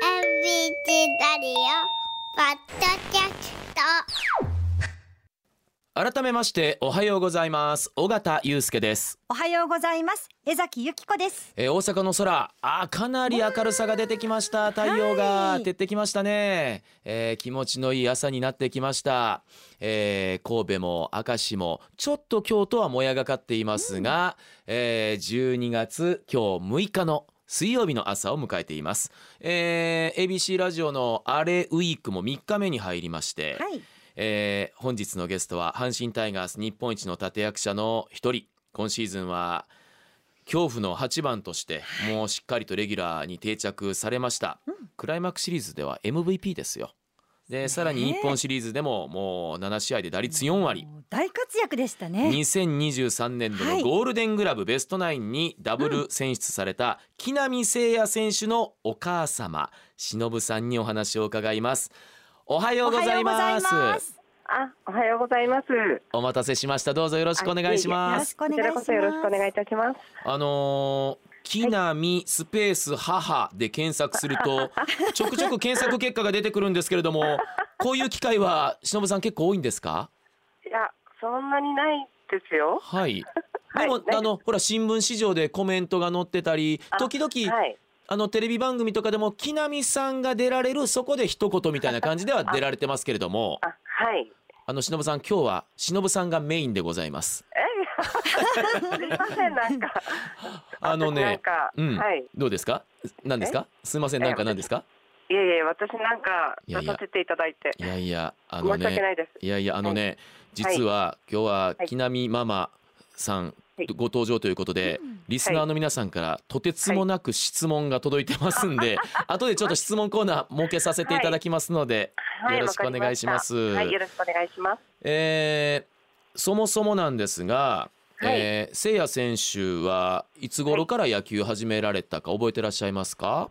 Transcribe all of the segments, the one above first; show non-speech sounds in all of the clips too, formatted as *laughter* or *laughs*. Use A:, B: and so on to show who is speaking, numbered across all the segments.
A: チラリオポッドキャスト
B: 改めましておはようございます尾形祐介です、
C: おはようございます江崎由紀子です
B: えー大阪の空あーかなり明るさが出てきました太陽
C: は
B: が
C: い
B: 照ってきましたね、えー気持ちのいい朝になってきました、えー神戸も明石もちょっと今日とはもやがかっていますが、えー12月今日6日の水曜日の朝を迎えています、えー ABC ラジオのあれウィークも3日目に入りまして、
C: はい
B: えー本日のゲストは阪神タイガース日本一の立役者の一人今シーズンは恐怖の8番としてもうしっかりとレギュラーに定着されました、クライマックスシリーズでは MVP ですよでさらに日本シリーズでももう7試合で打率4割
C: もう大活躍でしたね
B: 2023年度
C: は
B: の
C: い
B: ゴールデングラブベストナインにダブル選出された木浪聖也選手のお母様忍さんにお話を伺いますおはようございま
C: おはようござい
B: す
C: す
D: あ、おはようございます。よ
B: お待たせしました。どうぞよろしくお願いし
C: よ
B: ま
C: ろ
B: す。
C: しくお願いし
D: こちらこ
C: ます
D: そよろしくお願いいたします。
B: あのー木南スペース母で検索する
D: *laughs*
B: と、ちょくちょく検索結果が出てくるんですけれども、こういう機会はしのぶさん結構多いんですか？
D: いや、そんなにないですよ。
B: はい。
D: は
B: で
D: い
B: も、
D: ない
B: あのほら新聞市場でコメントが載ってたり、
D: あ
B: 時々あ,、
D: はい。
B: のテレビ番組とかでも木南さんが出られるそこで一言みたいな感じでは出られてますけれども、
D: あ、はい。
B: あのしのぶさん今日はしのぶさんがメインでございます。
D: すいません、なんか。
B: あの
D: なん
B: ね、
D: か、
B: うん
D: はい。
B: どうですか？何ですか？すいません、なんか何ですか？
D: いやいや、私なんか
B: いや
D: 出
B: いや
D: させていただいて。
B: いやいや、あの
D: 申し訳
B: ね、
D: ないです。
B: いやいや、あのね、実は今日は木南ママさん
D: はい
B: ご登場ということで、リスナーの皆さんからとてつもなく質問が届いてますんで、 *laughs* 後でちょっと質問コーナー設けさせていただきますので、
D: はい、
B: よろしくお願いします
D: わかりしたはい、よろしくお願いします。
B: えーそもそもなんですが、
D: はい
B: えー、聖夜選手はいつ頃から野球始められたか覚えてらっしゃいますか、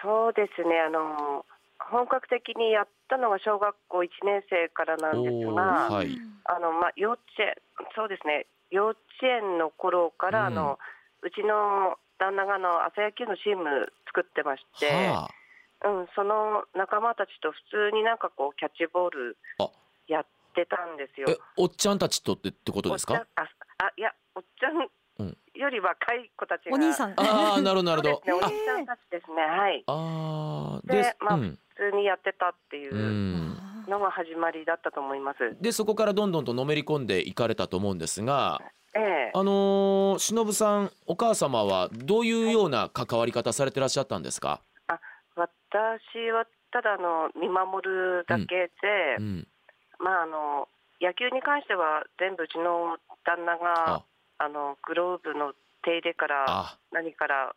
D: そうですね、あの、本格的にやったのは小学校一年生からなんです
B: お
D: が。
B: ーはい
D: あのまあ幼稚園そうですね幼稚園の頃か
B: う
D: ら、
B: ん
D: あのうちの旦那があの朝野球のチーム作ってまして、
B: はあ、
D: うんその仲間たちと普通になんかこうキャッチボール
B: あ
D: やってたんですよ
B: え。おっちゃんたちとってってことです
D: おっ
B: か
D: ちゃんああいやおっちゃ
B: うん
D: んより若い子たちが、
C: お兄さん
B: あ
D: *laughs*
B: あなるほどなる
D: そう
B: ほ
D: で
B: ど
D: すね
B: あ
D: お兄さんたちですねはい
B: あー
D: で
B: で、
D: まあ
B: うん、、
D: 普通にやってたっていううんのが始まりだったと思います。
B: でそこからどんどんとのめり込んでいかれたと思うんですが、
D: ええ
B: あのー、忍さんお母様はどういうような関わり方されてらっしゃったんですか、
D: 私はただあの見守るだけで、
B: うん、
D: まああの野球に関しては全部うちの旦那が
B: あ
D: あのグローブの手入れから
B: あ
D: 何から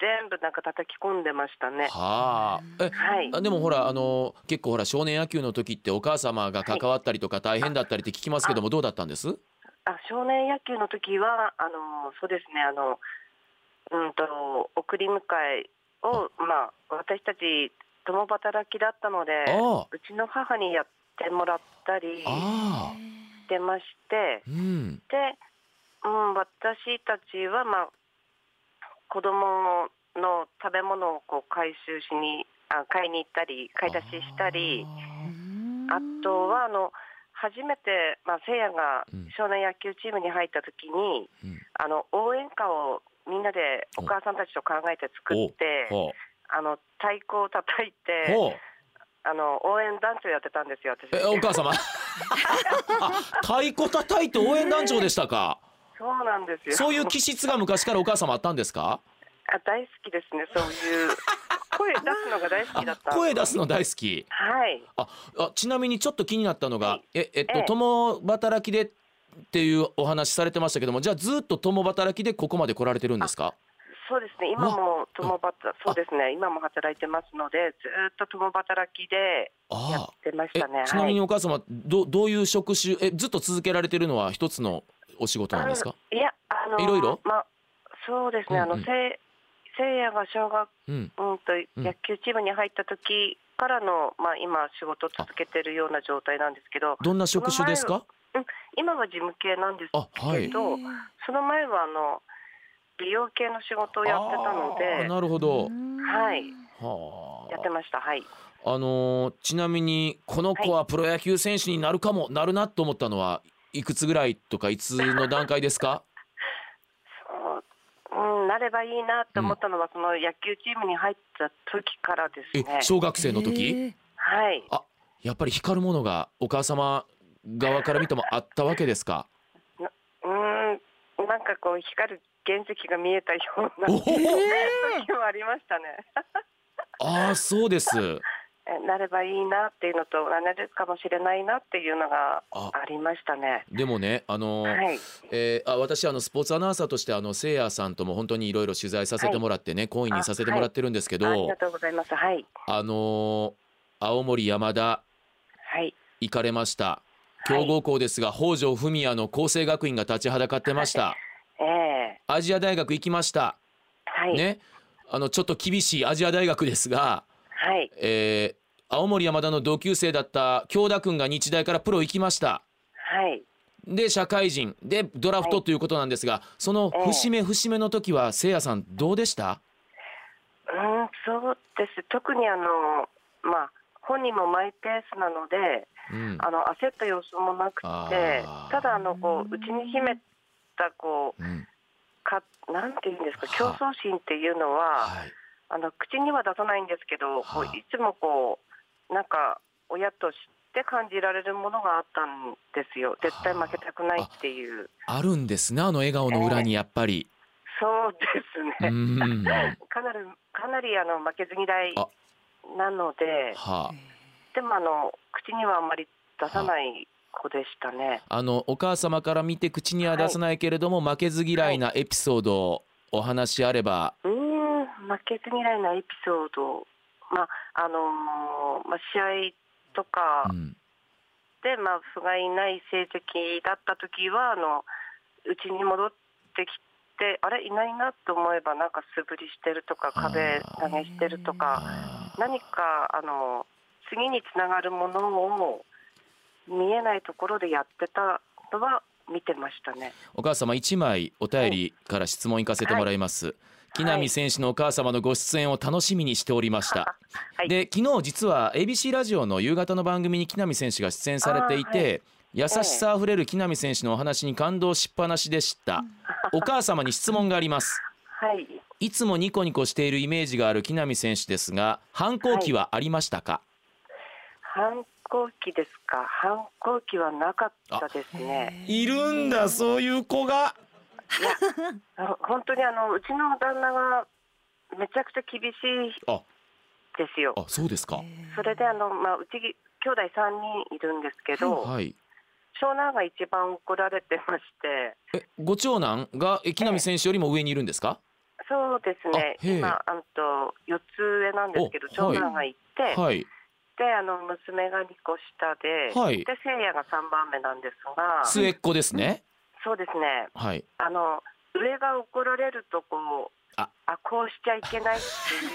D: 全部なんか叩き込んでましたね。
B: はあえ
D: はい
B: あでもほらあのー結構ほら少年野球の時ってお母様が関わったりとか大変だったりって聞きますけどもどうだったんです
D: あ少年野球の時はあのそうですねあのうんと送り迎えをまあ私たち共働きだったので
B: あ
D: うちの母にやってもらったり
B: あああ
D: してまして。
B: うん
D: で、うん、私たちは、まあ、子供の食べ物をこう回収しにあ買いに行ったり買い出ししたりあとはあの初めて、まあ、せいやが
B: うん
D: 少年野球チームに入った時に、
B: うん
D: あの応援歌をみんなでお母さんたちと考えて作って
B: ほ
D: あの太鼓を叩いうて
B: ほう
D: あの応援団長やってたんですよ私
B: えお母様あ太鼓叩いて応援団長でしたか
D: そうなんですよ
B: そういう気質が昔からお母様あったんですか。
D: あ大好きですねそう
B: *laughs*
D: いう声出すのが大好きだ
B: あ
D: った
B: 声出すの大好き。
D: はい
B: あ、あ、ちなみにちょっと気になったのが、
D: はい
B: え、えっと、
D: ええ
B: 共働きで。っていうお話されてましたけども、じゃあずっと共働きでここまで来られてるんですか。
D: そうですね今も共働そうですね今も働いてますのでずーっと共働きでや
B: ああ。
D: ってまし
B: え
D: たね、
B: ちなみに
D: はい
B: お母様、ど、どういう職種、え、ずっと続けられてるのは一つのお仕事なんですか。
D: いやあの
B: いろいろ
D: まあそうですね、
B: うん
D: あ
B: うん
D: のせせいやが小学
B: うん。
D: うんと
B: うん
D: 野球チームに入った時からの、まあ今仕事を続けてるような状態なんですけど
B: どんな職種ですか。
D: 今は事務系なんです
B: あ、は
D: け
B: い。
D: ど、その前はあの美容系の仕事をやってたの
B: あー
D: で、
B: なるほど。
D: はい、
B: は
D: やってました。はい。
B: あ。あのーちなみにこの子はプロ野球選手になるかも、なるなと思ったのはいくつぐらいとかいつの段階です
D: *laughs*
B: か？
D: そううん、なればいいなって思ったのは、その野球チームに入った時からです
B: え
D: ね。
B: 小学生の時？
C: へ
D: はい。
B: やっぱり光るものがお母様側から見てもあったわけですか。
D: うん、なんかこう光る原石が見えたような
B: おお
D: 時
C: ー。
D: もありましたね。
B: ああそうです。
D: えなればいいなっていうのと、なれるかもしれないなっていうのが
B: あ
D: ありましたね。
B: でもねあのー
D: はい。
B: えーあ私あのスポーツアナウンサーとしてあのせいやさんとも本当にいろいろ取材させてもらってね、懇意にさせてもらってるんですけど、
D: ありがとうございます。はい。
B: あのー青森山田
D: はい。
B: 行かれました
D: はい
B: 強豪校ですが、北条文也の厚生学院が立ちはだかってました、
D: ええ
B: アジア大学行きました、
D: はい。
B: ねあのちょっと厳しいアジア大学ですが、
D: はい。
B: えー青森山田の同級生だった京田君が日大からプロ行きました
D: はい。
B: で社会人でドラフト
D: はい
B: ということなんですが、その
D: ええ
B: 節目節目の時はせいやさんどうでした、
D: うん、そうです。特にあの、まあ、本人もマイペースなので、
B: うん、
D: あの焦った様子もなく
B: あ
D: て
B: ー、
D: ただあのこう内に秘めたこう
B: うん
D: かなんていうんですか、競
B: は
D: 争心っていうのは、
B: はい
D: あの口には出さないんですけど、
B: は
D: こういつもこうなんか親として感じられるものがあったんですよ。絶対負けたくないっていう。
B: あるんですねあの笑顔の裏にやっぱり、
D: そうです
B: う
D: ね。
B: んは
D: かなりかなりあの負けず嫌い
B: あ
D: なので。
B: あ
D: でもあの口にはあんまり出さない子でしたね。
B: あのお母様から見て口には出さないけれども、負けず嫌いなエピソードをお話しあれば、
D: うーん、負けず嫌いなエピソード、まああのーまあ、試合とか
B: うん
D: で、まあ、不甲斐ない成績だった時はあのうちに戻ってきてあれいないなと思えばなんか素振りしてるとか
B: あー
D: 壁投げしてるとか
B: あ
D: 何かあの次につながるものを見えないところでやってたのは見てましたね。
B: ーお母様一枚お便りから質問行かせてもらいます、木
D: は
B: 浪
D: い
B: 選手のお母様のご出演を楽しみにしておりました、
D: はい
B: で昨日実は ABC ラジオの夕方の番組に木浪選手が出演されていて、優しさあふれる木浪選手のお話に感動しっぱなしでした、お母様に質問があります
D: はい
B: いつもニコニコしているイメージがある木浪選手ですが反抗期はありましたか、
D: 反抗期ですか反抗期はなかったですね
B: い、るんだそういう子が
D: あの本当にあのうちの旦那がめちゃくちゃ厳しい
B: あ
D: ですよ
B: あそうですか
D: それであの、まあ、うち兄弟3人いるんですけど、
B: はい
D: 長男が一番怒られてまして
B: えご長男がえ木浪選手よりも上にいるんですか、
D: そうですね
B: あへえ
D: 今あのと4つ上なんですけど
B: おは
D: 長
B: い
D: 男がいて、
B: はい
D: であの娘が2個下で、
B: はい
D: でせいやが3番目なんですが
B: 末っ子ですね
D: そうですね
B: はい
D: あの上が怒られるとこう
B: あ
D: あこうしちゃいけないっ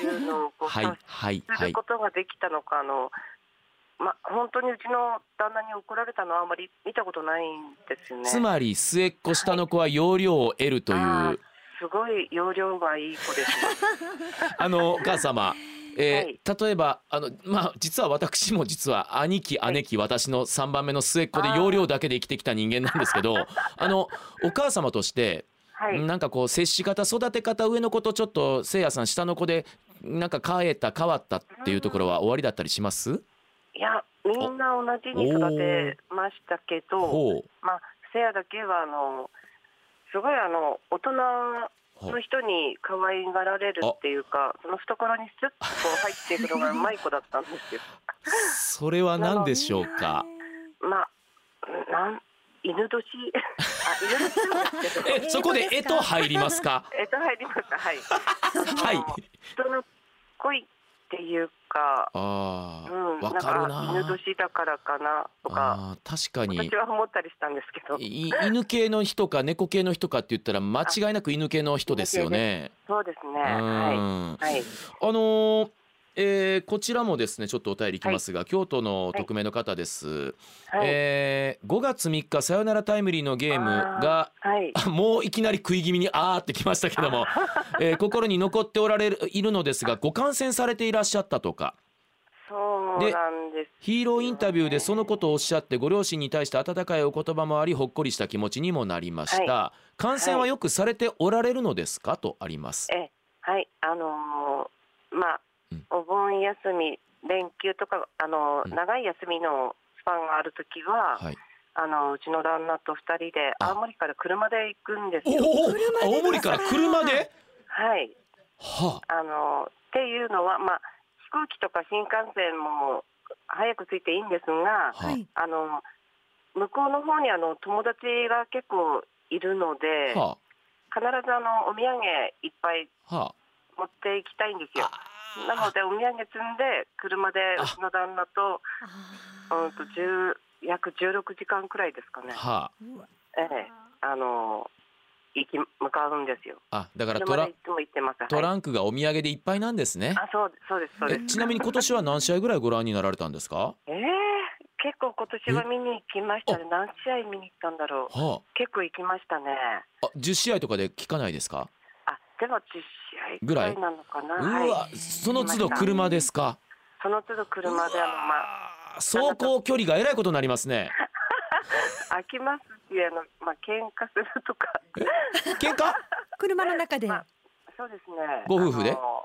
D: ていうのをこう
B: はい
D: 察
B: はい
D: す
B: は
D: る
B: い
D: ことができたのか、あのま本当にうちの旦那に怒られたのはあまり見たことないんですよね。
B: つまり末っ子下の子は容量を得るという、
D: あーすごい容量がいい子です
B: *laughs*
D: ね。
B: あのお母様えー例えばあの、まあ、実は私も実は兄貴
D: はい
B: 姉貴私の3番目の末っ子で容量だけで生きてきた人間なんです
D: *laughs*
B: けどあのお母様として
D: はい。
B: なんかこう接し方育て方上の子とちょっとせいやさん下の子でなんか変えた変わったっていうところは終わりだったりします
D: いやみんな同じに育てましたけど、
B: ほ
D: まあせやだけはあのすごいあの大人
B: うほ
D: そうの人に可愛がられるっていうか、その懐にスッとこう入っていくのがうまい子だったんです
B: *laughs*
D: よ。
B: それは何でしょうか
D: まあ、なん犬年 *laughs* あ犬年なんで
B: *laughs*
D: すけど、
B: えそこで「え」と入りますか
D: *laughs* えっと入りましたはい。
B: はい
D: 人の恋っていうか、
B: あ
D: う
B: ー
D: ん、
B: わかる
D: んか犬
B: な
D: 年だからかなとか、
B: あー確かに
D: 私は思ったりしたんですけど、
B: い犬系の人 *laughs* か猫系の人かって言ったら間違いなく犬系の人ですよね
D: そうですね。
B: う
D: は
B: ん
D: いはい
B: あのーえーこちらもですねちょっとお便りいきますが、京都の匿名の方です、
D: はい、
B: えー5月3日さよならタイムリーのゲームが
D: はい。
B: あ *laughs* もういきなり食い気味にあーってきましたけ *laughs* ども、えー心に残っておられるいるのですがご感染されていらっしゃったとか
D: そうなんです。
B: ヒーローインタビューでそのことをおっしゃってご両親に対して温かいお言葉もありほっこりした気持ちにもなりました、感染はよくされておられるのですかとあります、
D: ええ、はい、あのーまあ
B: うん、
D: お盆休み、連休とか、あのー
B: うん
D: 長い休みのスパンがあるときは、
B: はい、
D: あのーうちの旦那と二人で
B: あ
D: 青森から車で行くんです
B: お
D: よ。
B: お青森から車で
D: はい、
B: は
D: あのーっていうのは、まあ、飛行機とか新幹線も早く着いていいんですが
B: あ、、はあ
C: はい
D: あのー向こうの方にあの友達が結構いるので、
B: は
D: 必ずあのお土産いっぱい
B: あは
D: 持っていきたいんですよ
B: あ。
D: なのでお土産積んで車で
B: あ
D: うちの旦那とうんと10約16時間くらいですかね、
B: は
D: ええ、あの行き向かうんですよ
B: ああだからト
D: 車
B: ラ
D: でいつも行ってます
B: ト
D: はい、
B: ランクがお土産でいっぱいなんですね
D: あそうそうですそうで
B: え
D: す
B: ちなみに今年は何試合ぐらいご覧になられたんですか
D: ええ結構今年は見に行きましたね何試合見に行ったんだろう
B: は
D: 結構行きましたね
B: ああ10試合とかで聞かないですか
D: あでも10試合くらいなのかな
B: う
D: は
B: わ
D: い
B: その都度車ですか
D: その都度車であのま
B: あー
D: あ
B: 走行距離がえらいことになりますね
D: 飽きますしあのまあ喧嘩するとか
B: 喧嘩
C: 車の中で。
D: まあそうですね。
B: ご夫婦で
D: あの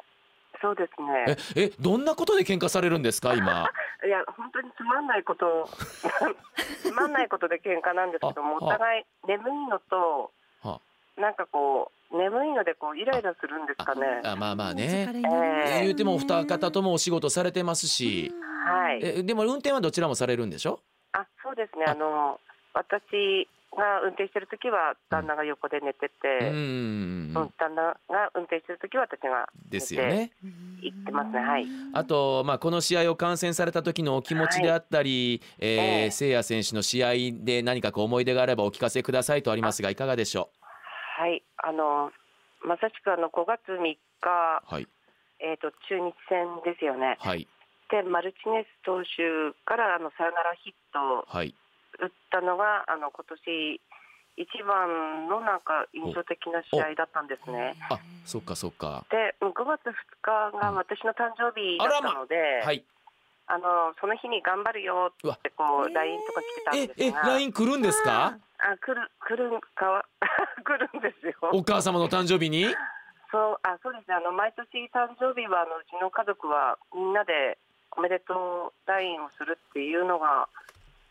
D: そうですね。
B: *laughs* ええどんなことで喧嘩されるんですか今
D: いや本当につまんな
B: *laughs*
D: いこと、つまんないことで喧嘩なんですけど
B: あ
D: も、お互い眠いのと
B: は
D: なんかこう眠いのでこうイライラするんですかね。
B: あまあまあ
C: お疲
B: ね
C: れになりますね
B: 言うてもお二方ともお仕事されてますし
C: *laughs*
D: はい。
B: えでも運転はどちらもされるんでしょ
D: あそうですね。
B: あ
D: あの私が運転してる時は旦那が横で寝て
B: う
D: て。うん
B: ん
D: 旦那が運転してる時は私が
B: ですよね
D: 行ってますねはい
B: あと、まあ、この試合を観戦された時のお気持ちであったり、え
D: え
B: ー
D: え
B: 聖夜選手の試合で何かこう思い出があればお聞かせくださいとありますがいかがでしょ
D: はいあのまさしくあの5月3日、
B: うはい
D: えー、と中日戦ですよね、
B: はい
D: でマルチネス投手からあのサヨナラヒットを
B: はい
D: 打ったのがあの今年一番のなんか印象的な試合だったんですね。
B: あそっかそっか
D: でうん5月2日が私の誕生日だったので、あ,、
B: はい
D: のその日に頑張るよってこ
C: うわ
D: う LINE とか来
B: え
D: てたんで
B: え
D: すが、
B: LINE 来るんですか
D: あ来る来るんかわ *laughs* 来るんですよ。
B: お母様の誕生日に
D: そうあそうですねあの毎年誕生日はあのうちの家族はみんなでおめでとう LINE をするっていうのが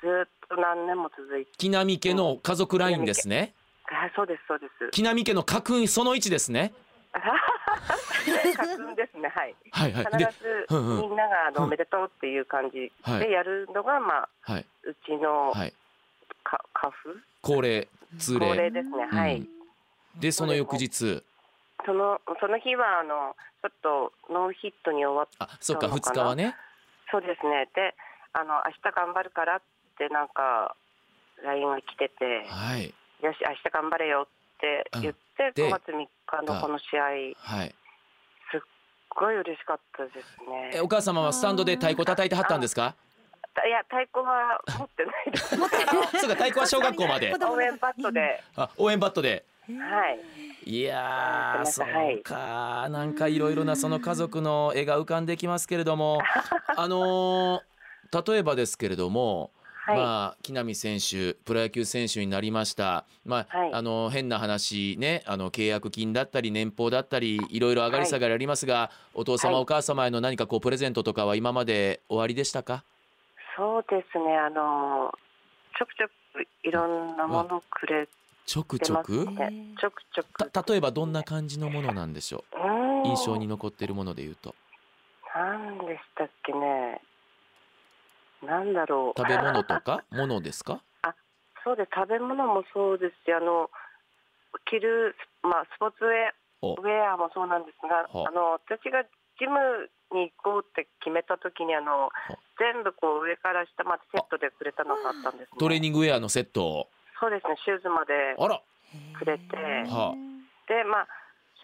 D: ずっと何年も続いて *laughs*
B: 木南家の家族 LINE ですね
D: あそうですそうです
B: 木南家の家訓その1ですね
D: 家訓ですね *laughs* はい
B: はいは
D: 必
B: いで
D: ず
B: うんうん
D: みんながあ
B: うん
D: のおめでとうっていう感じ
B: はい
D: でやるのがまあ
B: はいう
D: ちの
B: はい
D: か家父
B: 恒例通
D: 恒例
B: 例
D: ですね
B: うん
D: はい、
B: でその翌日
D: そのその日はあのちょっとノーヒットに終わっ
B: あそっか2日はね
D: そうですねであの明日頑張るからってなんか LINE が来てて。
B: はい
D: よし、明日頑張れよって言っ
B: う
D: て、
B: んで
D: 5月3日のこの試合、
B: はい
D: すごい嬉しかったです
B: え
D: ね
B: お。母様はスタンドで太鼓叩いてはったんですか
D: いや、太鼓は持ってな
B: *laughs*
D: いです。 *laughs*
B: そうか太鼓は小学校まで
C: 子供
D: 応援バットで、
B: あ応援バットで
D: はい、
B: いやーそ
D: そうですね
B: うかなんかいろいろなその家族の絵が浮かんできますけれど *laughs* もあのー例えばですけれども、
D: はい、
B: まあ木浪選手プロ野球選手になりました、まあ
D: はい
B: あの変な話ねあの契約金だったり年俸だったりいろいろ上がり下がりありますが、お父様、
D: はい
B: お母様への何かこうプレゼントとかは今まで終わりでしたか
D: そうですね、あの、ちょくちょくいろんなものくれ
B: ちょく
D: て
B: ちょ
D: ます
B: く
D: ね。ちょくちょく。
B: た例えばどんな感じのものなんでしょ
D: うん
B: う印象に。残っているもので言うと
D: 何でしたっけね。なんだろう。
B: 食べ物とかものですか
D: そうです食べ物もそうですしあの着る、まあ、スポーツウェ
B: お
D: ウェアもそうなんですが
B: は
D: あの私がジムに行こうって決めた時にあの全部こう上から下までセットでくれたのがあったんです、ね、
B: トレーニングウェアのセットを
D: そうですねシューズまで
B: あら
C: へー
D: くれて
B: は
D: でまあ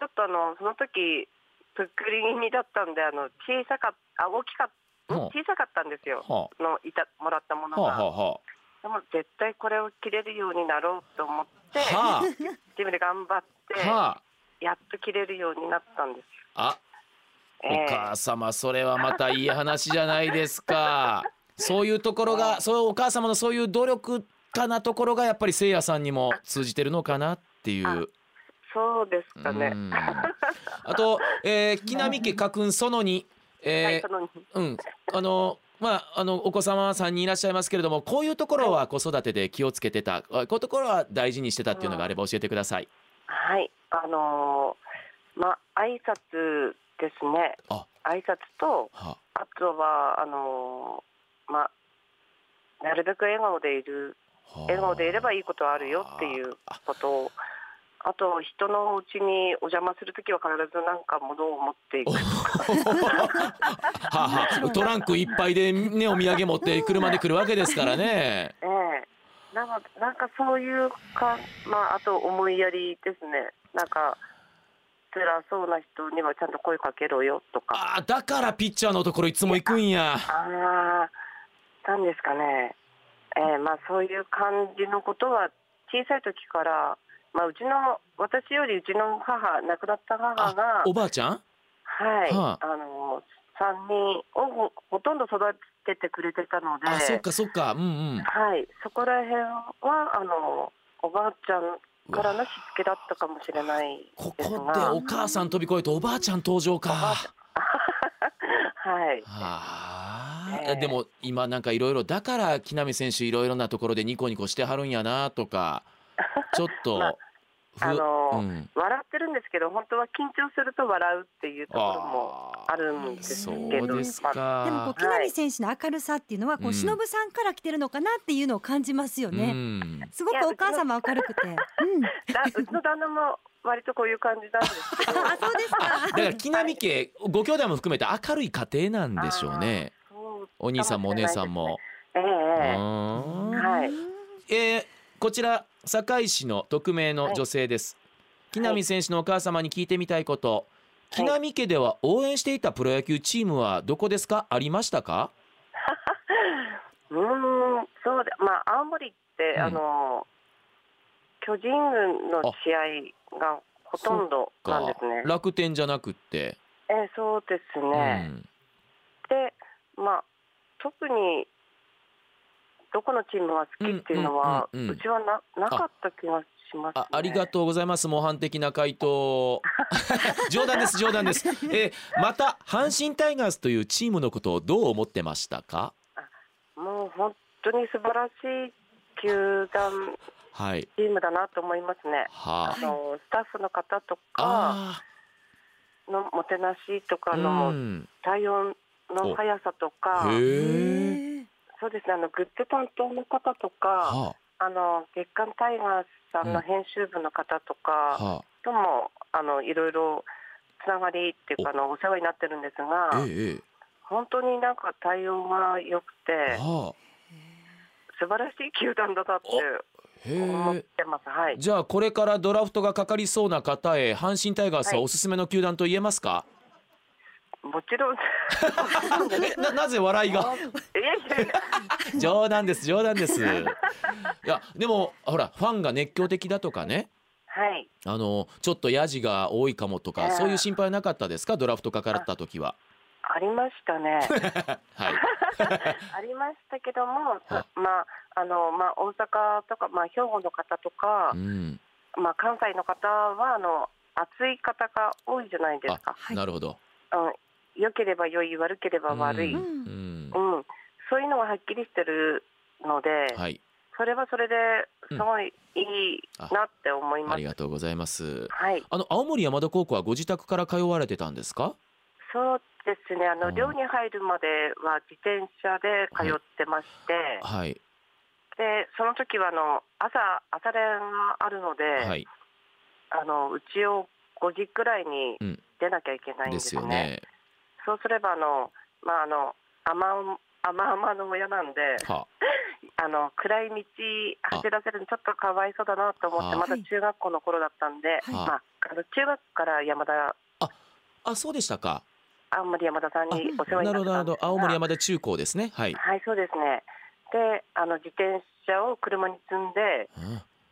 D: ちょっとあのその時ぷっくり気味だったんであの小さかっあ大きかっ
B: うん
D: 小さかったんですよ
B: は
D: のいたもらったもの
B: あ、は
D: が、
B: あ、は
D: でも絶対これを切れるようになろうと思って、
B: あ、は
D: 自分で頑張って、
B: あ、は
D: やっと切れるようになったんです
B: あ、あ、
D: よ。え
B: お母様それはまたいい話じゃないですか。 *laughs* そういうところが、そうお母様のそういう努力かなところがやっぱり聖夜さんにも通じてるのかなっていう。
D: そうですかね
B: う。 *laughs* んあと、えー、木南家家訓その2、
D: は
B: え
D: い
B: ー
D: その
B: うん、あのまああのお子様は3人いらっしゃいますけれどもこういうところは子育てで気をつけてた、あこういうところは大事にしてたっていうのがあれば教えてください。
D: はい、あのーまあ挨拶ですね。
B: あ
D: 挨拶と
B: は
D: あとはあのーまあなるべく笑顔でいる
B: は
D: 笑顔でいればいいことはあるよっていうことを。あと人のうちにお邪魔するときは必ずなんか物を持っていく
B: おはあ *laughs* はあトランクいっぱいでねお土産持って車で来るわけですから
D: *laughs*
B: ね。
D: ええなんかなんかそういうか、まあ、あと思いやりですねなんか辛そうな人にはちゃんと声かけろよとか
B: ああだからピッチャーのところいつも行くんや。
D: ああなんですかね、ええまあ、そういう感じのことは小さい時から、まあ、うちの私よりうちの母亡くなった母
B: あ
D: が
B: おばあちゃん？
D: はい、
B: は
D: あの3人をほほとんど育ててくれてたので。
B: あそっかそっかうんうん。
D: はい、そこら辺はあのおばあちゃんからのしつけだったかもしれない
B: こ
D: です
B: こ
D: が、
B: で
D: は
B: お母さん飛び越えておばあちゃん登場か。
D: い、
B: ああ、
D: ええ
B: でも今なんかいろいろだから木浪選手いろいろなところでニコニコしてはるんやなと
D: *laughs*
B: かちょっと、
D: まあ
B: ふ
D: あの
B: うん、
D: 笑ってるんですけど本当は緊張すると笑うっていうところもあるんで
B: ー
D: す
B: そ
D: けど、
B: うですか、
D: まあ
C: でもこう木
D: は
C: 南
D: い
C: 選手の明るさっていうのはこ
B: うん
C: う忍さんから来てるのかなっていうのを感じますよ
B: う
C: ね。
B: ん、
C: すごくお母様明るくて。う
D: だうちの旦那も割とこういう感じなんですけ
B: *laughs*
D: ど
C: ん。あ、そうです
B: だ
C: か。
B: から木浪家ご兄弟も含めて明るい家庭なんでしょうね
D: そう
B: お兄さんもお姉さんも。
D: ええ
B: う
D: ええ
B: ーん
D: はい
B: えーこちら堺市の匿名の女性です、木浪選手のお母様に聞いてみたいこと、
D: は
B: 木
D: い
B: 浪家では応援していたプロ野球チームはどこですかありましたか
D: うーん、そうで、まあ、青森って、
B: うん
D: あの。巨人軍の試合がほとんどなんですね。
B: 楽天じゃなくって、
D: えーそうですね。で、まあ、特に。どこのチームが好きっていうのは、
B: う
D: うん
B: うんうんうん
D: ちはな、なかった気がします、ね
B: あありがとうございます模範的な回
D: *laughs*
B: 答冗談です冗談です、えーまた阪神タイガースというチームのことをどう思ってましたか
D: う。もう、本当に素晴らしい球団、
B: はい
D: チームだなと思いますね。
B: は
D: あの、スタッフの方とか、
B: あ
D: のもてなしと
B: あ
D: か
B: ー
D: の
B: う。ん
D: 対応の速さとか、
B: へえ
C: へー
D: そうですね、あのグッズ担当の方とか、
B: は
D: あの月刊タイガースさん
B: うん
D: の編集部の方と
B: あ
D: か
B: は
D: とも、あのいろいろつながりっていうか、あのお世話になってるんです
B: あ
D: が、
B: ええ
D: 本当になんか対応が良く
B: ええ
D: て、
B: はあ
D: 素晴らしい球団だなって
B: へ
D: 思っ
B: え
D: てます。はい、
B: じゃあこれからドラフトがかかりそうな方へ阪神タイガースは
D: はい
B: おすすめの球団と言えます
D: *laughs*
B: か、
D: もちろん、 *laughs*
B: えななぜ笑いが
D: いやいやいや
B: 冗談です冗談です
D: *laughs*
B: いやでもほらファンが熱狂的だとかね
D: はい、
B: あのちょっとヤジが多いかもとか、
D: ええ
B: そういう心配なかったですかドラフトかかった時は
D: ありましたね。
B: *laughs* はい
D: ありましたけども、そ
B: は
D: まああのまあ、大阪とか、まあ、兵庫の方とか
B: う、ん
D: まあ、関西の方はあの熱い方が多いじゃないですか、
C: はい
B: なるほど、
D: うん、良ければ良い悪ければ悪い、
B: う
D: うんん
B: うん
D: そういうのがはっきりしてるので、
B: はい
D: それはそれですごいいいなって思いま
B: あ
D: す、
B: りがとうございます
D: はい、
B: あの青森山田高校はご自宅から通われてたんですか
D: そうですねあの、
B: うん
D: 寮に入るまでは自転車で通ってまして、
B: はい
D: でその時はあの朝朝練があるので、
B: はい
D: あのうちを5時くらいに
B: うん
D: 出なきゃいけないん
B: で
D: ですす
B: よ
D: ね
B: ね
D: そうすればあの、まあ、あの甘々甘々の親なんで
B: は
D: あの暗い道走らせるのちょっとかわいそうだなと思って
B: あ
D: まだ中学校の頃だったんで、
B: い
D: まあ、あの中学から山田
B: あ、そうでしたか。
D: 青森山田さん
B: あ
D: にお世話に
B: なる
D: な
B: ほど、なる
D: った
B: ほ
D: んで
B: ど
D: す。が
B: 青森山田中高ですね。はい。
D: はい、そうですね。で、あの自転車を車に積んで、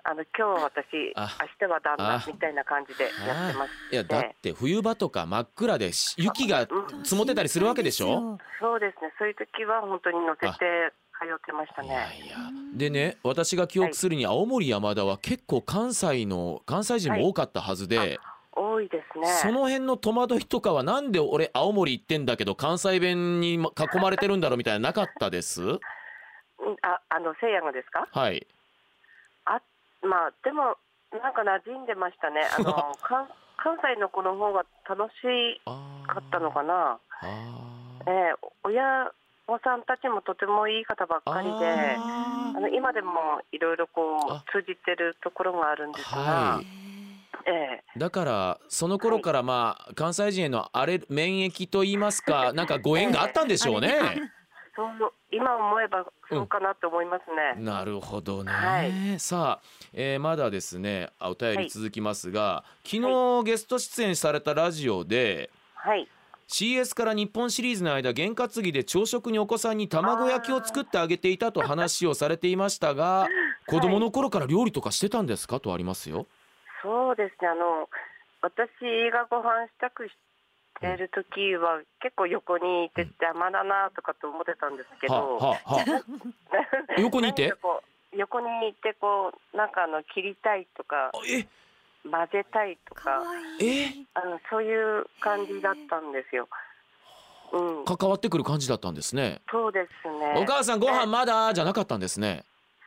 B: あ
D: あの今日は私、
B: あ
D: 明日は旦
B: あ
D: 那みたいな感じでやってまし
B: いや、だ
D: て
B: っ、て冬場とか真っ暗でし雪が
D: うん
B: 積もってたりするわけでしょ。
D: そうですね。そういう時は本当に乗せて通ってました
B: い
D: ね。
B: やいやでね私が記憶するに青森山田は結構関西の関西人も多かったはずで、
D: はい多いですね。
B: その辺の戸惑いとかはなんで俺青森行ってんだけど関西弁に囲まれてるんだろうみたいななかったです
D: うんあ、あの西洋がですか？
B: はい
D: あ、まあでもなんか馴染んでまし
B: *laughs*
D: たね。あの関関西の子の方が楽し
B: あー
D: かったのかな。
B: あ
D: え
B: ー
D: え親御さんたちもとてもいい方ばっかりで。
B: あ
D: あの今でもいろいろこ
B: あ
D: う通じてるところがあるんですが、
B: は
D: ええ
B: ーだからその頃からまあ関西人へのあれ免疫と言います
D: *laughs*
B: かなんかご縁があったんでしょうね。
D: そう今思えばそうかなと思いますね。
B: なるほどね、
D: はい
B: さあ、えーまだですねあお便
D: は
B: り
D: い
B: 続きますが、昨日ゲスト出演されたラジオで
D: はい、
B: CS から日本シリーズの間験担ぎで朝食にお子さんに卵焼きを作ってあげていたと話をされていました
D: *laughs*
B: が子供の頃から料理とかしてたんですかとありますよ。
D: そうですねあの私がご飯支度してる時は結構横にいてて邪魔だなとかと思ってたんですけ
B: はあ
D: ど、
B: はあはあ横にいて
D: 何かこう横にいてこうなんかあの切りたいとか
B: え
D: 混ぜたいと
C: か
D: か
C: わいい。
B: え
D: あのそういう感じだったんですよ。うん、
B: 関わってくる感じだったんですね。
D: そうですね。
B: お母さんご飯まだじゃなかったんですね。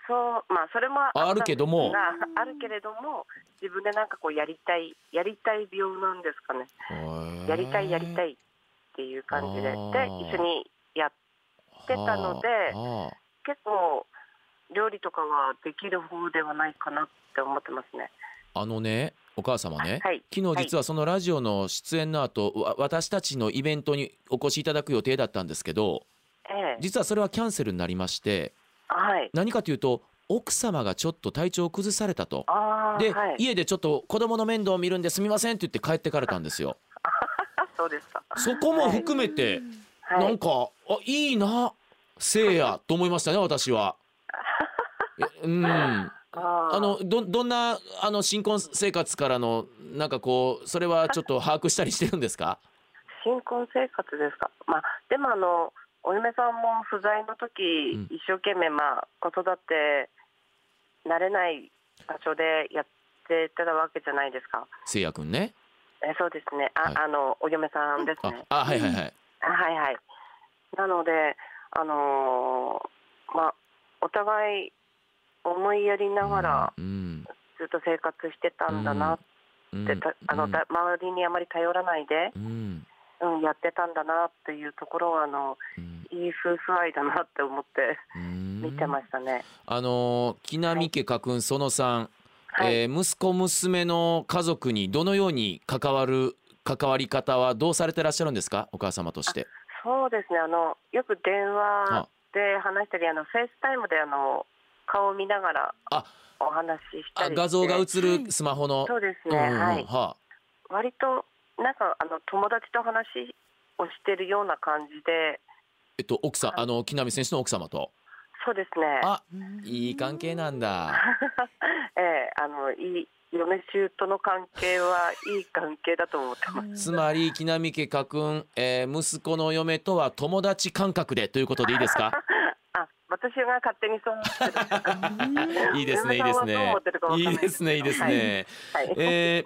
D: そうまあそれもったんです
B: あるけども
D: があるけれども自分でなんかこうやりたいやりたい病なんですかねやりたいやりた
B: い
D: いっていう感じで
B: あ
D: で
B: ー
D: 一緒にやってたので結構料理とかはできる方ではないかなって思ってますね
B: あのねお母様ね、
D: はい
B: 昨日実はそのラジオの出演の後、わ私たちのイベントにお越しいただく予定だったんですけど
D: ええ
B: 実はそれはキャンセルになりまして
D: はい
B: 何かというと奥様がちょっと体調を崩されたと。
D: ああ
B: で、
D: はい
B: 家でちょっと子供の面倒を見るんですみませんって言って帰ってかれたんですよ。
D: あそうですか
B: そこも含めて、
D: は
B: なん
D: い
B: かあいいなせいやと思いましたね私
D: *laughs*
B: は。えうん。
D: あー
B: あのどどんなあの新婚生活からのなんかこうそれはちょっと把握したりしてるんですか？
D: 新婚生活ですかまあでもあのお嫁さんも不在の時、
B: うん
D: 一生懸命まあ子育て慣れない場所でやってたわけじゃないですか
B: せいやくんね。
D: えそうですねあ、
B: はい
D: あのお嫁さんです
B: あ
D: ね
B: あはいはいはい。
D: あはいはいなのであのーまあお互い思いやりながら
B: うん。
D: ずっと生活してたんだなって、
B: うん
D: たあのだ周りにあまり頼らないで、
B: うん
D: うん、やってたんだなっていうところはあの
B: うん
D: いい夫婦愛だなって思って
B: うん
D: 見てましたね。
B: あの木南家家訓そのさん、
D: はい、
B: えー息子娘の家族にどのように関わる関わり方はどうされてらっしゃるんですかお母様として。
D: そうですね。あのよく電話
B: あ
D: で話したり、あのフェイスタイムであの顔を見ながら
B: あ
D: お話しし
B: あ
D: たりして
B: 画像が映るスマホの。
D: そうです
B: うん
D: ね。
B: うんうん
D: はい。
B: は
D: 割となんかあの友達と話をしてるような感じで、
B: えっと奥さんあの木南選手の奥様と。
D: そうですね。
B: あいい関係なんだ。
D: ええあのいい嫁姑の関係はいい関係だと思ってます。
B: つまり木南家家訓、えー息子の嫁とは友達感覚でということでいいです
D: *laughs*
B: か
D: あ、私が勝手にそう思ってる。
B: いいですねいいです
D: 親御さんはどう
B: ね
D: 思ってるかわかんないい
B: いですねいいですね、 *laughs*
D: はい。
B: えー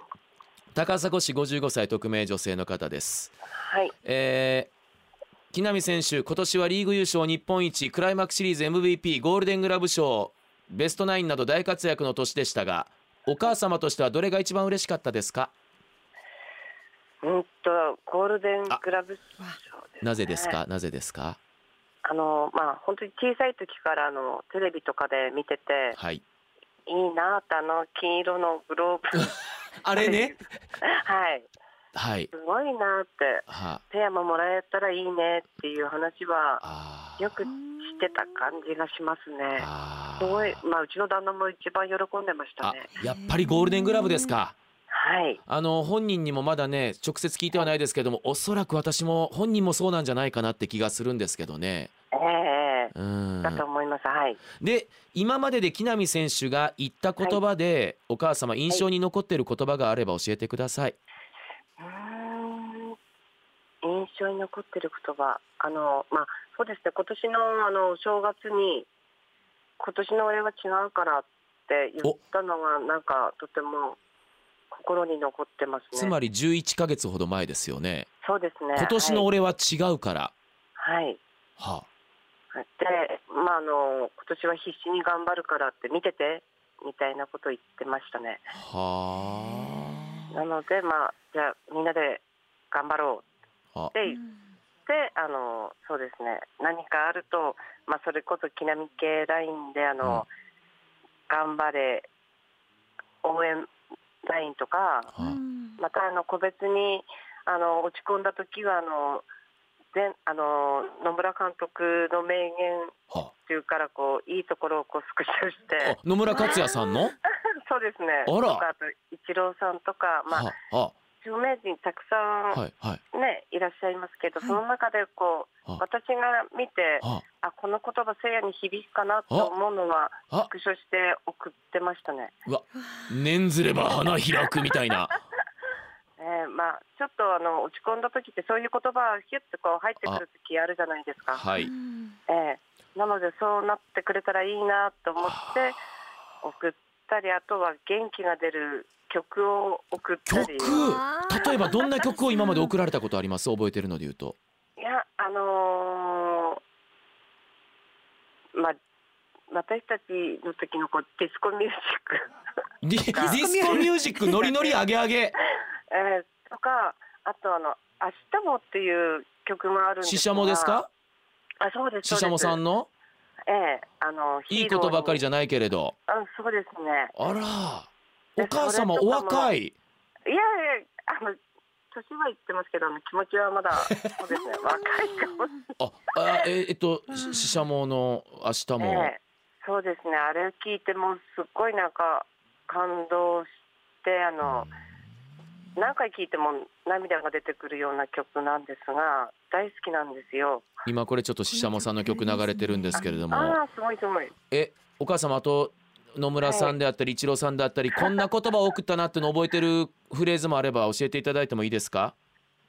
B: 高砂市55歳匿名女性の方です、
D: はい。
B: えー、木南選手今年はリーグ優勝日本一クライマックスシリーズ MVP ゴールデングラブ賞ベストナインなど大活躍の年でしたがお母様としてはどれが一番嬉しかったですか
D: うんとゴールデングラブ賞
C: あ
D: です、ね。
B: なぜです。かなぜですか
D: あのまあ本当に小さい時からあのテレビとかで見てて
B: はい
D: いいなってあの金色のグローブ。
B: あれね
D: はい。
B: はい
D: すごいなって
B: は
D: ペアももらえたらいいねっていう話は
B: あー
D: よくしてた感じがしますね。
B: あ
D: す
B: ー
D: ごいまあうちの旦那も一番喜んでました
B: あ
D: ね。
B: やっぱりゴールデングラブですか。
D: はい。
B: あの本人にもまだね直接聞いてはないですけどもおそらく私も本人もそうなんじゃないかなって気がするんですけどね。
D: ええ
B: うん
D: だと思います。はい。
B: で今までで木浪選手が言った言葉で、お母様印象に残っている言葉があれば教えてください。
D: うーん印象に残ってる言葉あのまあそうですね今年のあのお正月に今年の俺は違うからって言ったのはなんかとても心に残ってますね。
B: つまり11ヶ月ほど前ですよね。
D: そうですね。
B: 今年の俺は違うから。
D: はい、はい
B: は
D: でまああの今年は必死に頑張るからって見ててみたいなこと言ってましたね。
B: あ、は
D: なのでまあじゃあみんなで頑張ろう
B: あ
D: ってであのそうですね何かあると、まあ、それこそ木南系ラインであの、頑張れ応援ラインとか
B: あ、はあ
D: またあの個別にあの落ち込んだ時はあの全あの野村監督の名言
B: は
D: 中からこういいところをこうスクショし
B: あ、あ
D: て
B: 野村克也さんの、
D: そうですね
B: あら
D: とかあとイチローさんとか、まあ、
B: はあ、
D: 著名人たくさ
B: あ
D: ん、
B: はいはい
D: ねい、らっしゃいますけど、
C: はい
D: その中でこう
B: あ
D: 私が見て
B: は
D: あこの言葉せいやに響くかなと思うのは
B: ああ
D: スクショして送ってましたね。
B: うわ念ずれば花開くみたいな。
D: えーまあちょっとあの落ち込んだ時ってそういう言葉ヒュッとこう入ってくる時あるじゃないですか。
B: はい。
D: えーなのでそうなってくれたらいいなと思って送ったりあとは元気が出る曲を送ったり。
B: 曲例えばどんな曲を今まで送られたことあります覚えてるので言うと。
D: いやあのーまあ私たちの時のこうディスコミュージック。
B: *laughs* ディディスコミュージックノリノリアゲアゲ
D: えー、とかあとあの「明日も」っていう曲もあるんです
B: シシャモですか
D: あそうです
B: シシャモさん
D: の
B: の
D: ええあの
B: いいことばかりじ
D: ゃ
B: ゃないけれど
D: あそうですね
B: あら
D: で
B: お母
D: それ
B: 様
D: と
B: お
D: かも
B: 若い
D: いやいやあの年はいってますけどあの気持ちはまだそうですね若いかもし
B: ああええっとシシシャモの明日
D: れな
B: も
D: い、ええそうですねあれ聞いてもうすっごいなんか感動してあの何回聞いても涙が出てくるような曲なんですが大好きなんですよ
B: 今これちょっとシシャモさんの曲流れてるんですけれども
D: ああすごいすごい
B: えお母様と野村さんであったり一郎さんであったりこんな言葉を送ったなっての覚えてるフレーズもあれば教えていただいてもいいです
D: *laughs*
B: か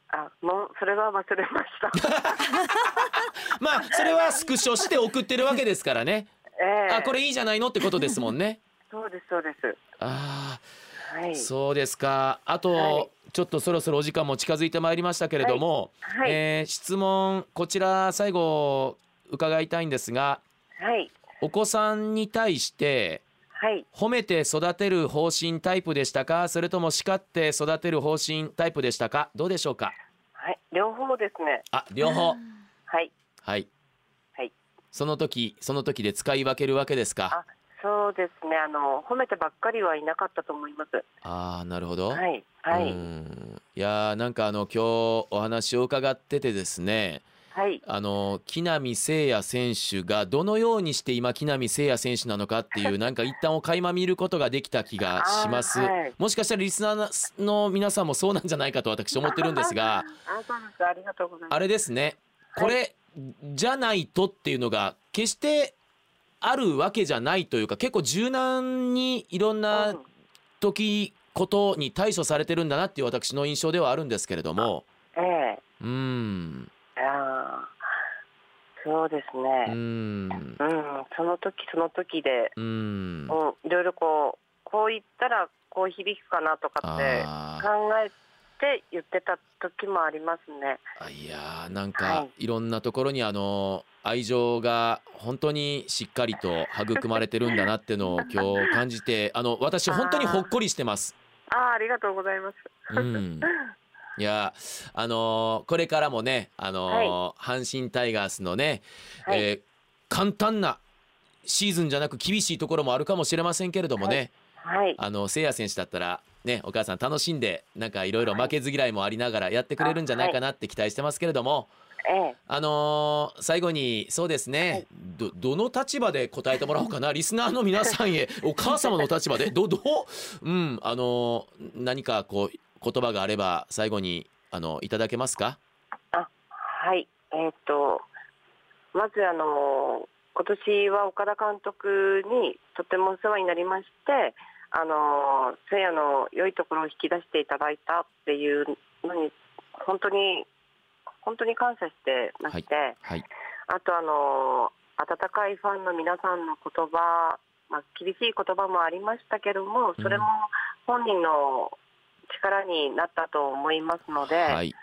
D: あもうそれは忘れ
B: *laughs*
D: ました。
B: まあそれはスクショして送ってるわけですからね
D: ええ
B: あこれいいじゃないのってことですもん
D: *laughs*
B: ね
D: そうですそうです。
B: ああ
D: はい
B: そうですか。あと、
D: はい
B: ちょっとそろそろお時間も近づいてまいりましたけれども、
D: はいはい
B: えー質問こちら最後伺いたいんですが、
D: はい
B: お子さんに対して
D: はい。
B: 褒めて育てる方針タイプでしたか、それとも叱って育てる方針タイプでしたか、どうでしょうか。
D: はい、両方ですね。
B: あ、両方。
D: はい、
B: はい。
D: はい。
B: その時その時で使い分けるわけですか。
D: あ、そうですね。あの、褒めてばっかりはいなかったと思います。
B: ああー、なるほど。
D: はい、は
B: う
D: い、
B: んいやーなんかあの今日お話を伺っててですね。
D: はい、
B: あの木浪聖也選手がどのようにして今木浪聖也選手なのかっていう
D: *laughs*
B: なんか一旦を垣間見ることができた気がします、
D: あーはい
B: もしかしたらリスナーの皆さんもそうなんじゃないかと私思ってるんです
D: *laughs*
B: が
D: あ、そうです。ありがとうございます。
B: あれですねこれじゃないとっていうのが決してあるわけじゃないというか結構柔軟にいろん
D: う
B: なん時ことに対処されてるんだなっていう私の印象ではあるんですけれども
D: え
B: うーん
D: えあーそうです
B: うーん
D: ね。うん、その時その時で、
B: うーん
D: うん、いろいろこう、こう言ったら、こう響くかなとかって。
B: あー
D: 考えて言ってた時もありますね。
B: あいやーなん
D: は
B: かいろんなところにあの愛情が本当にしっかりと育まれてるんだなってのを今日感じてあの私本当にほっこりしてます。
D: ああ、ありがとうございます。
B: うん、いやーあのーこれからもねあのー阪神タイガースのね、
D: はい
B: えー簡単なシーズンじゃなく厳しいところもあるかもしれませんけれどもね、
D: はい。
B: あの聖也選手だったらねお母さん楽しんでなんかいろいろ負けず嫌いもありながらやってくれるんじゃないかなって期待してますけれども。
D: えええ、
B: あのー最後にそうですね、
D: はい
B: どどの立場で答えてもらおうかなリスナーの皆さん
D: *laughs*
B: へお母様の立場でどどう、うんあのー何かこう言葉があれば最後にあのいただけますか
D: はい、えっ、と、まずあの、今年は岡田監督にとてもお世話になりまして、あの、せいやの良いところを引き出していただいたっていうのに、本当に、本当に感謝してまして、
B: はい
D: あとあの、温かいファンの皆さんの言葉、まあ、厳しい言葉もありましたけども、それも本人の力になったと思いますので、
B: はい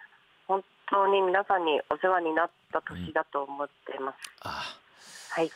D: 本当に皆さんにお世話になった年だと思っています。
B: あ
D: はい、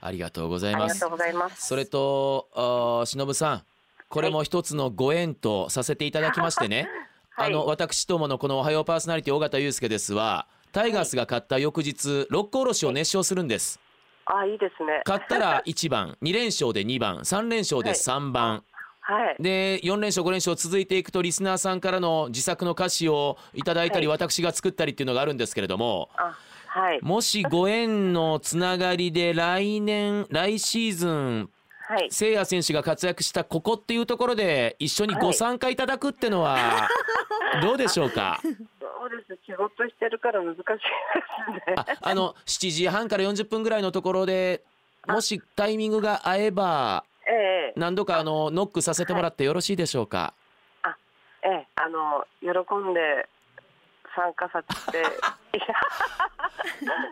B: ありがとうござい
D: あり
B: ま
D: が
B: す
D: とうございます。
B: それとあー忍さんこれも一つのご縁とさせていただきましてね、
D: *laughs* はい、
B: あの私どものこの「おはようパーソナリティ」尾形祐介ですはタイガースが勝った翌日六甲おろしを熱唱するんです。
D: あ、いいですね。
B: 勝ったら1番2連勝で2番3連勝で3番、
D: はい、
B: で4連勝5連勝続いていくとリスナーさんからの自作の歌詞をいただいたり、
D: は
B: 私が作ったりっていうのがあるんですけれども
D: あ、はい、
B: もしご縁のつながりで来年来シーズン
D: はい、
B: 誠也選手が活躍したここっていうところで一緒に
D: は
B: ご
D: い
B: 参加いただくっての
D: *laughs*
B: はどうでしょうか
D: そうです。仕事してるから難しいですね。
B: ああの7時半から40分ぐらいのところでもしタイミングが合えば
D: ええ
B: 何度かあのノックさせてもらってよろしいでしょうか。
D: ええ、あの、喜んで参加させて
B: *laughs*
D: い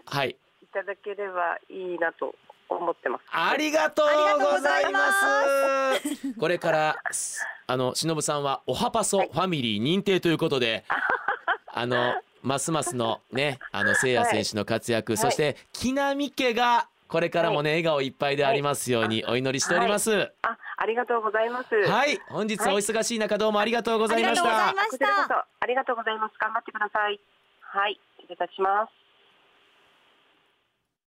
B: はい。
D: ただければいいなと思ってます。
B: ありがとうございま
C: あ
B: す。これからあのしのぶさんはおはパソファミリー認定ということで、あのますますのねあの聖也選手の活躍、
D: はい
B: そして木南家がこれからもね、笑顔いっぱいでありますようにお祈りしております。はい、
D: あ、ありがとうございます。
B: 本日はお忙しい中どうもありがとうございまし
C: ありがとうございま
B: た
C: す。ました
D: こちらこそありがとうございます。頑張ってください。はい、失礼いたします。